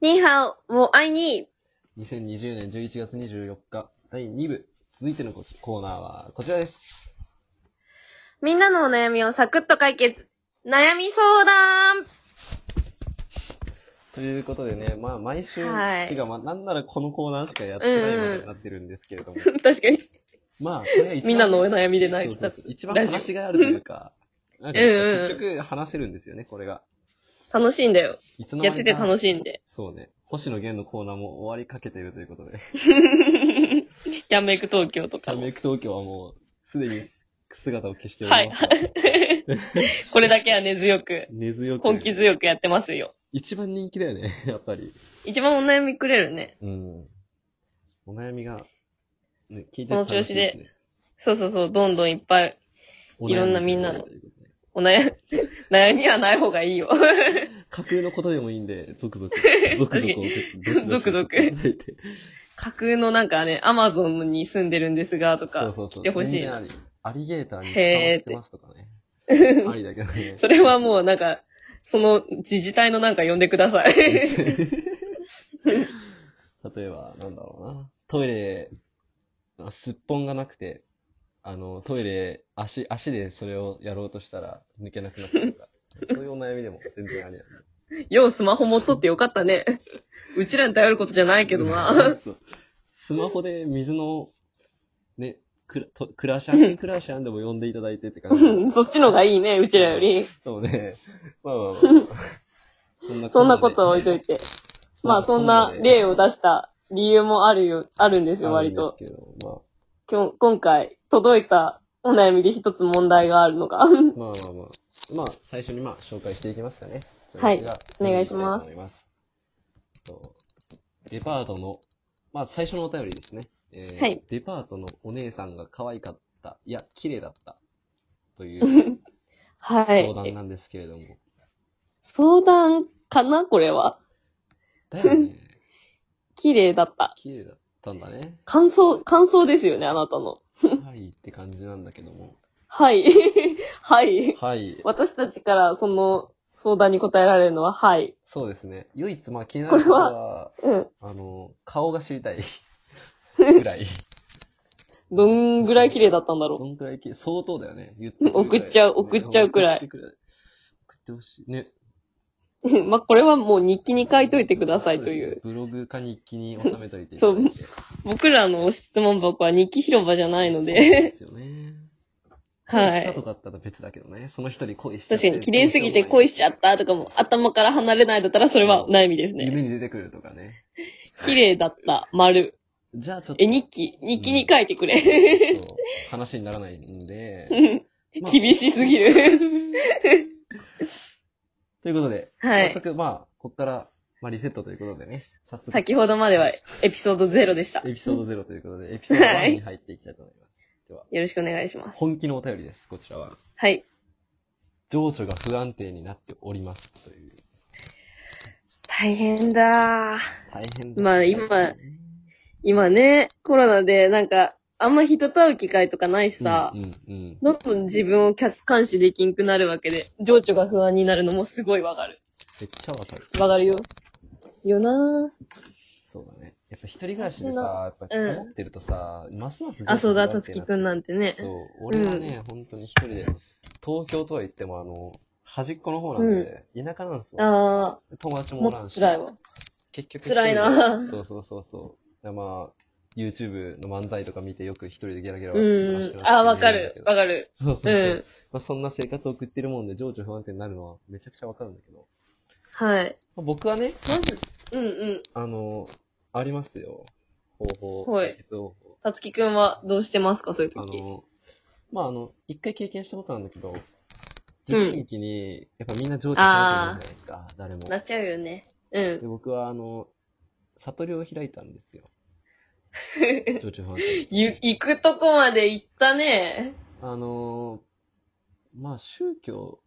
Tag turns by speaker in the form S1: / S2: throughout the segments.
S1: ニーハオ、もう会いに。
S2: 2020年11月24日、第2部。続いてのこコーナーはこちらです。
S1: みんなのお悩みをサクッと解決。悩み相談
S2: ということでね、まあ毎週、
S1: はい
S2: てかまあなんならこのコーナーしかやってないまでになってるんですけれども、
S1: 確かに。
S2: まあこれが一 番
S1: みんなのお悩みで泣い
S2: そう
S1: て
S2: そ
S1: た
S2: う。そう一番
S1: ラジオ
S2: 話があるというか、なんか
S1: うんうん
S2: 結局話せるんですよね、これが。
S1: 楽しいんだよ。
S2: いつの間
S1: や
S2: に
S1: っ
S2: か
S1: てて楽しいんで。
S2: そうね。星野源のコーナーも終わりかけているということで。
S1: ジャンメイク東京と
S2: キ
S1: か
S2: ャン
S1: も。
S2: メイク東京はもう、すでに姿を消してお
S1: は
S2: り
S1: い
S2: ます。。
S1: これだけは根強く、
S2: 根強く。
S1: 根気強くやってますよ。
S2: 一番人気だよね、やっぱり。
S1: 一番お悩みくれるね。
S2: うん。お悩みが、ね、聞いて
S1: この調子でそうそうそう、どんどんいっぱい、
S2: お悩み
S1: いろんなみんなの
S2: ということで
S1: お悩み、 悩みはない方がいい よ。
S2: 架空のことでもいいんで、続 々、続々送って、どしどし送っていただいて。
S1: 架空のなんかね、アマゾンに住んでるんですが、と
S2: そう
S1: か
S2: そう、そ
S1: 来
S2: う。
S1: てほしい
S2: 全然あ
S1: な。
S2: りアリゲーターに伝わってますとかね。ありだけどね。
S1: それはもうなんか、その自治体のなんか呼んでください。
S2: 例えば、なんだろうな。トイレ、あすっぽんがなくて、あの、トイレ、足、足でそれをやろうとしたら抜けなくなったとか。そういうお悩みでも全然ありなんだ
S1: ようスマホ持っとってよかったね。 うちらに頼ることじゃないけどな。。
S2: そうスマホで水の、ね、クラとクラ シャン、クラシャンでも呼んでいただいてって感じ。
S1: そっちのがいいね、うちらより。
S2: そうね。まあまあまあまあ。そんな
S1: そんなことは置いといて。まあそんな例を出した理由もあるよ、あるんですよ、割と。。
S2: あるんですけど
S1: 今日、今回届いたお悩みで一つ問題があるのが。
S2: まあ、まあまあまあ。まあ、最初にまあ、紹介していきますかね。
S1: はい
S2: それが
S1: お願いします
S2: いきたいと思います。とデパートの、まあ、最初のお便りですね。えー
S1: はい
S2: デパートのお姉さんが可愛かった、いや、綺麗だった、という
S1: は
S2: 相談
S1: い。
S2: なんですけれども。
S1: 相談かなこれは。
S2: だよね。
S1: 綺麗だった。。
S2: 綺麗だったんだね
S1: 感想、感想ですよね、あなたの。
S2: はいって感じなんだけども。
S1: はい。 はい。
S2: はい。
S1: 私たちからその相談に答えられるのは、はい。
S2: そうですね。唯一、まあ、気になることは、
S1: うん。
S2: あの、顔が知りたい。ぐ らい。
S1: どんぐらい綺麗だったんだ
S2: ど
S1: ろ
S2: んくらいき、相当だよね。言っ
S1: 送っちゃう送っちゃうくらい
S2: 送ってくれ送ってほしい。ね。
S1: う。 まあ、これはもう日記に書いといてくださいという。
S2: ブログか日記に収めといてい
S1: そう
S2: いて。
S1: 僕らの質問箱は日記広場じゃないの
S2: そう
S1: で。
S2: ですよね。
S1: は
S2: 恋した
S1: い
S2: と。かあったら別だけどね。その人に恋しちゃっ
S1: 確
S2: て
S1: かに、綺麗すぎて恋しちゃったとかも、頭から離れないだったらそれは悩みですね。
S2: 夢に出てくるとかね。
S1: 綺麗だった、丸。
S2: じゃあちょっと
S1: え、、日記、日記に書いてくれ。
S2: そう話にならないんで。 まあ
S1: 厳しすぎ る。
S2: ということで、
S1: はい
S2: 早速、まあ、こっから、まあ、リセットということでね。早速、
S1: 先ほどまではエピソード0でした。よ
S2: エピソード0ということで、エピソー ド1に入っていきたいと思います。
S1: ろしくお願いします。
S2: 本気のお便りです、こちらは。
S1: はい。
S2: 情緒が不安定になっております。という。
S1: 大変だー。
S2: 大変
S1: まあ今今ね、コロナでなんか、あんま人と会う機会とかないしさ、
S2: うん、うん、うん。
S1: どんどん自分を客観視できんくなるわけで、情緒が不安になるのもすごいわかる。
S2: めっちゃわかる。
S1: わかるよ。よなー。
S2: そうだね。やっぱ一人暮らしでさ、やっぱこもってるとさ、ますます
S1: あ、そうだ、たつきく
S2: ん。
S1: んなんてね。
S2: そう、俺はね、本当に一人で、東京とは言ってもあの、端っこの方なんで、田舎なんですよ。
S1: あ
S2: 友達
S1: ー、
S2: も
S1: も
S2: おら
S1: っ
S2: ん
S1: と
S2: し。
S1: 辛いわ。
S2: 結局。
S1: 辛いなぁ
S2: そうそうそうそう。でまあ、YouTube の漫才とか見てよく一人でギャラギャラ
S1: う
S2: 笑って
S1: ん
S2: 楽し
S1: う
S2: く
S1: ん。
S2: なって
S1: あー、わかる、わかる。
S2: そうそううそう。
S1: ん。
S2: まあ、そんな生活を送ってるもんで、情緒不安定になるのはめちゃくちゃわかるんだけど。
S1: はい。
S2: まあ、僕はね、
S1: まず、うんうん。
S2: あの、ありますよ。方法。
S1: はい
S2: 解決方法。
S1: たつきくんはどうしてますか、そういう
S2: あ
S1: 時。
S2: の、まあ、あの、一回経験したことなんだけど、受験期に、やっぱみんな情緒不安定なんじゃないですか、誰も。
S1: なっちゃうよね。うん
S2: で、。僕は、あの、悟りを開いたんですよ。情緒不安定。
S1: ゆ、行くとこまで行ったね。
S2: あの、まあ、宗教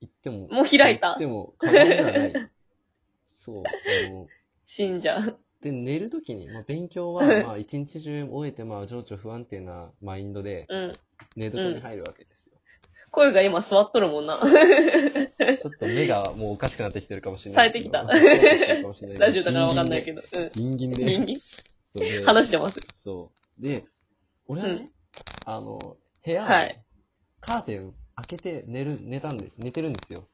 S2: 行っても、
S1: もう開いた
S2: 行っても、過言で はない。そう、あの、
S1: 信者。
S2: で、寝るときに、まあ、勉強は、まあ、一日中終えて、まあ、情緒不安定なマインドで、
S1: うん。
S2: 寝床に入るわけですよ。
S1: 声が今座っとるもんな。
S2: ちょっと目がもうおかしくなってきてるかもしれないけど。
S1: 冴
S2: そうなってるかもしれないけど
S1: ラジオだからわかんないけど。うん。
S2: ギンギンで。ギ
S1: 人
S2: ンギン
S1: 間
S2: でそうで
S1: 話してます。
S2: そう。で、俺はね、
S1: うん
S2: あの、部屋、
S1: はい
S2: カーテン開けて寝る、寝たんです。寝てるんですよ。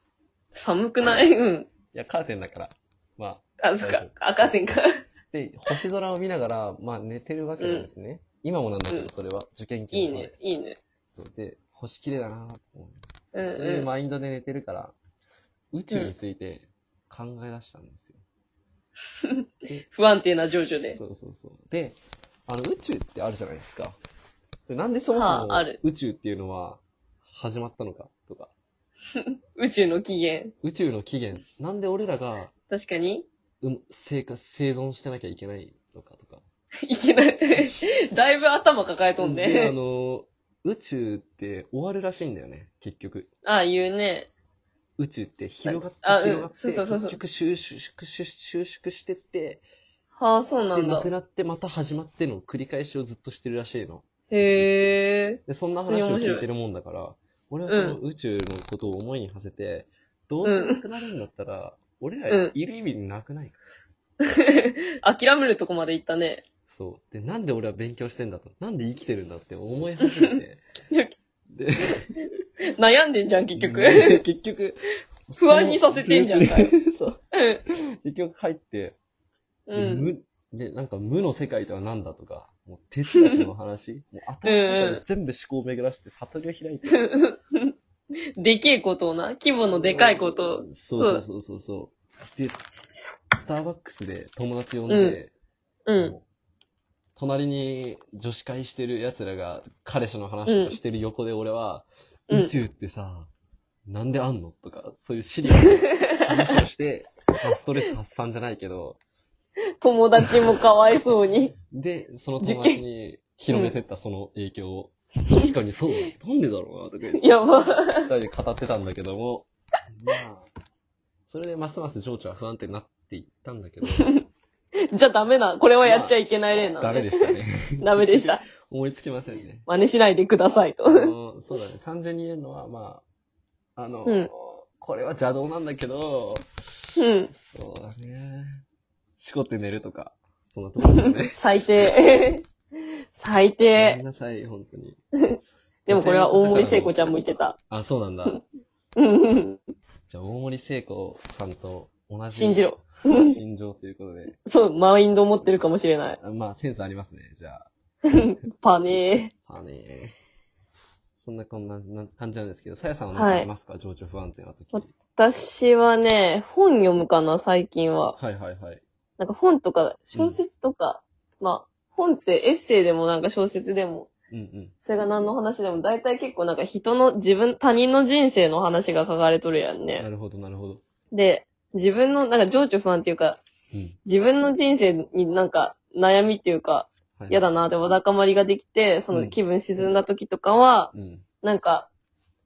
S1: 寒くないうん。
S2: いや、カーテンだから。まあ、
S1: あ、そっ
S2: 大
S1: か
S2: 丈。夫
S1: 赤点 か。
S2: で、星空を見ながら、まあ寝てるわけなんですね。今もなんだけ
S1: うん
S2: ど、それは。受験期
S1: い
S2: の
S1: い
S2: それ
S1: ね。いいね。
S2: そう。で、星綺麗だなと思って
S1: うん
S2: そういう
S1: うん。
S2: マインドで寝てるから、宇宙について考え出したんですよ。
S1: 不安定な情緒で。
S2: そうそうそう。で、あの、宇宙ってあるじゃないですか。でなんでそもそ
S1: はああ
S2: も
S1: る
S2: 宇宙っていうのは始まったのかとか、
S1: 宇宙の起源。
S2: 宇宙の起源、なんで俺らが、
S1: 確かに。
S2: うん、生活、生存してなきゃいけないのかとか。
S1: いけない。 だいぶ頭抱えとん
S2: で、あ
S1: ね。
S2: の、宇宙って終わるらしいんだよね、結局。
S1: あ、言うね。
S2: 宇宙って広がって
S1: あうん
S2: 広がって、
S1: そうそうそうそう
S2: 結局収縮収縮収縮してって、
S1: はあ、そうな
S2: で、
S1: ん
S2: な
S1: だ
S2: く。なってまた始まっての繰り返しをずっとしてるらしいの。
S1: へえ。
S2: で、そんな
S1: それ
S2: 話
S1: 面
S2: を
S1: 白い
S2: 聞いてるもんだから、俺はその宇宙のことを思いに馳せて、どうせなくなるんだったら、俺
S1: う
S2: ら
S1: ん
S2: いる意味なくないか。
S1: 諦めるとこまで行ったね。
S2: そう。で、なんで俺は勉強してんだと。なんで生きてるんだって思い始め て。で、
S1: 悩んでんじゃん、結局。
S2: ね結局、
S1: 不安にさせてんじゃんかよ
S2: そのグループで そう。
S1: うん
S2: 結局入って、
S1: うん。
S2: 無、で、なんか無の世界とは何だとか、もう哲学 の話、もう頭の中で全部思考を巡らして悟りを開いて、
S1: でけえことをな、規模のでかいことを。
S2: そうそうそうそう。で、スターバックスで友達呼んで、
S1: うん。
S2: こう隣に女子会してる奴らが彼氏の話をしてる横で俺は、
S1: うん
S2: 宇宙ってさ、なんであんのとか、そういうシリアスな話 をして、まあストレス発散じゃないけど、
S1: 友達もかわいそうに。
S2: で、その友達に広めてったその影響を、確かにそう、なんでだろうな、とか言って。
S1: やば。
S2: 二人で語ってたんだけども、まあ、それでますます情緒は不安定になっていったんだけど、
S1: じゃあダメな。これはやっちゃいけない例な の
S2: ダメ
S1: ね。
S2: でしたね。
S1: ダメでした。
S2: 思いつきませんね。
S1: 真似しないでくださいと
S2: あ。のそうだね。単純に言うのは、まあ、あの、
S1: うん
S2: これは邪道なんだけど、
S1: うん。。
S2: そうだね。しこって寝るとか、そんなところだね
S1: 最低。最
S2: ごめ
S1: 低
S2: ん。なさい、本当に。
S1: でもこれは大森聖子ちゃんも言ってた。
S2: あ、そうなんだ。
S1: うんうん。
S2: じゃあ、大森聖子さんと同じ。
S1: 信じろ。
S2: 心情ということで。
S1: そう、マインド持ってるかもしれない。
S2: あまあ、センスありますね、じゃあ。
S1: パネ
S2: まあね。そんなこんなな感じなんですけど、さやさんは何かありますか、情緒不安定な時。
S1: わ私はね、本読むかな、最近は。
S2: はいはいはい。
S1: なんか本とか、小説とか、まあ、本ってエッセイでもなんか小説でも、
S2: うんうん。
S1: それが何の話でも、大体結構なんか人の、自分、他人の人生の話が書かれとるやん
S2: な
S1: ね。
S2: るほどなるほど。
S1: で、自分の、なんか情緒不安っていうか、
S2: うん。
S1: 自分の人生になんか悩みっていうか、
S2: はい
S1: 嫌だ。なってわだかまりができて、その気分沈んだ時とかは、
S2: うん。
S1: なんか、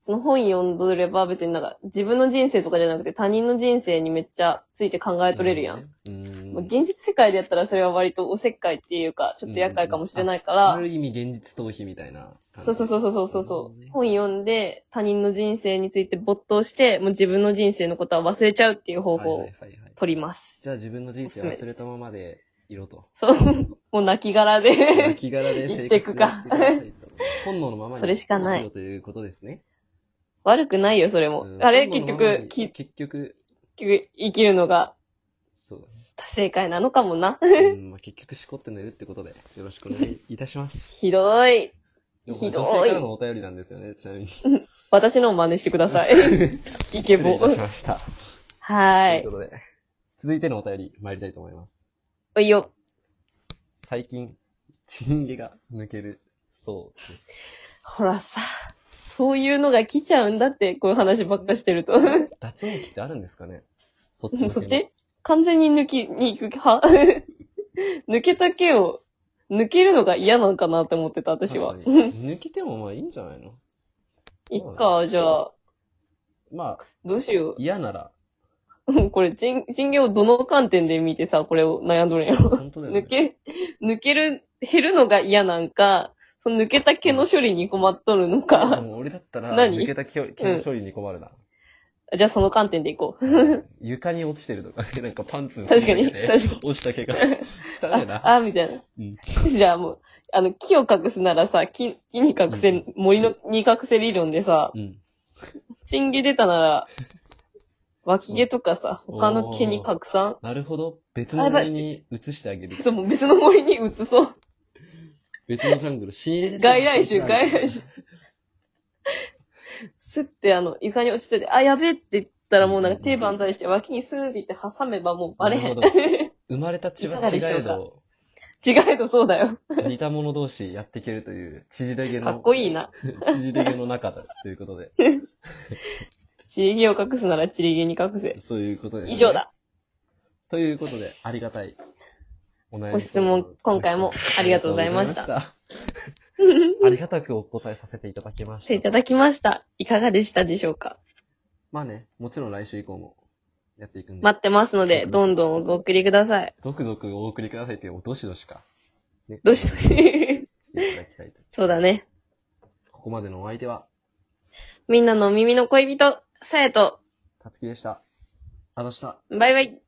S1: その本読んどれば別になんか自分の人生とかじゃなくて他人の人生にめっちゃついて考えとれるやん。
S2: う。
S1: もうん現実世界でやったらそれは割とおせっかいっていうか、ちょっと厄介かもしれないから、
S2: ある意味現実逃避みたいな感じ。
S1: そうそうそうそうそう
S2: なる
S1: そ
S2: ほど
S1: う、
S2: ね
S1: 本読んで他人の人生について没頭して、もう自分の人生のことは忘れちゃうっていう方法
S2: は
S1: を
S2: いはいはいはい。
S1: 取ります。
S2: じゃあ自分の人生を忘れたままでいろと。
S1: そう、もう泣き殻
S2: 泣
S1: で、
S2: き殻で生活
S1: 生きてくか
S2: してくださいと。本能のままに。
S1: それしかない
S2: ということですね。
S1: 悪くないよそれも。
S2: うん
S1: あれ結
S2: 本能のまま
S1: 局
S2: に、
S1: き
S2: 結局、
S1: 結局生きるのが
S2: そうだね。
S1: 正解なのかもな。
S2: うんまあ、結局しこって寝るってことで、よろしくお願いいたします。
S1: ひどい。
S2: で も
S1: ひどい
S2: 女性からのお便りなんですよね、ちなみに。
S1: 私のを真似してください。 イケ
S2: 失礼
S1: ボ
S2: い。たしました。
S1: はーい
S2: という。ことで、続いてのお便り参りたいと思います。
S1: おいよ。
S2: 最近、チンゲが抜ける。そうです。
S1: ほらさ、そういうのが来ちゃうんだって、こういう話ばっかしてると。
S2: 脱毛器ってあるんですかねそっち
S1: も
S2: の
S1: うそっち完全に抜きに行く派 抜けた毛を、抜けるのが嫌なんかなって思ってた、私は。
S2: 確かに抜けてもまあいいんじゃないの
S1: いっか、じゃあ、
S2: まあ、
S1: どうしよ
S2: 嫌なら、
S1: う。うんこれ、人人形をどの観点で見てさ、これを悩んどるんやろ。
S2: 本当だよね。
S1: 抜け、抜ける、減るのが嫌なんか、その抜けた毛の処理に困っとるの
S2: で
S1: か。
S2: も俺だったら、
S1: 何
S2: 抜けた毛を毛の処理に困 るな。
S1: じゃあその観点でいこう。
S2: 床に落ちてるとか、なんかパンツの
S1: 確かに
S2: 中で
S1: 確か
S2: 落ちた 毛が。汚いな。
S1: あ、あみたいな。
S2: うん
S1: じゃあもう、あの、木を隠すならさ、木、木に隠せ、
S2: うん
S1: 森の、に隠せ理論でさ、
S2: うん。
S1: チン毛出たなら、脇毛とかさ、
S2: うん
S1: 他の毛に拡散
S2: なるほど。別の森に移してあげる。
S1: そう、もう別の森に移そう。
S2: 別のジャングル。仕入れですね
S1: 外来種、外来種。スッてあの、床に落ちてて、あ、やべえって言ったらもうなんか手番対して脇にスーって言って挟めばもうバレへん
S2: な。るほど生まれた血
S1: い
S2: は
S1: かが
S2: 違
S1: でしょ
S2: え
S1: うか
S2: ど、
S1: 違えどそうだよ。
S2: 似た者同士やっていけるという、縮れ毛の。
S1: かっこいいな。
S2: 縮れ毛の中だ、ということで。
S1: ちりげを隠すならちりげに隠せ。
S2: そういうことです、ね。
S1: 以上だ。。
S2: ということで、ありがたい。お悩み
S1: ご質問今回もありがとうございました
S2: た。 ありがたくお答えさせていただきまし。
S1: したていただきました。いかがでしたでしょうか
S2: まあね、もちろん来週以降もやっていくんで。
S1: 待ってますので、どんどんお送りください。
S2: 続々お送りくださいっていう、どしどしか。ね
S1: どう して
S2: していただきたいと。
S1: そうだね。
S2: ここまでのお相手は、
S1: みんなのお耳の恋人、さやと、
S2: たつきでした。あざした。
S1: バイバイ。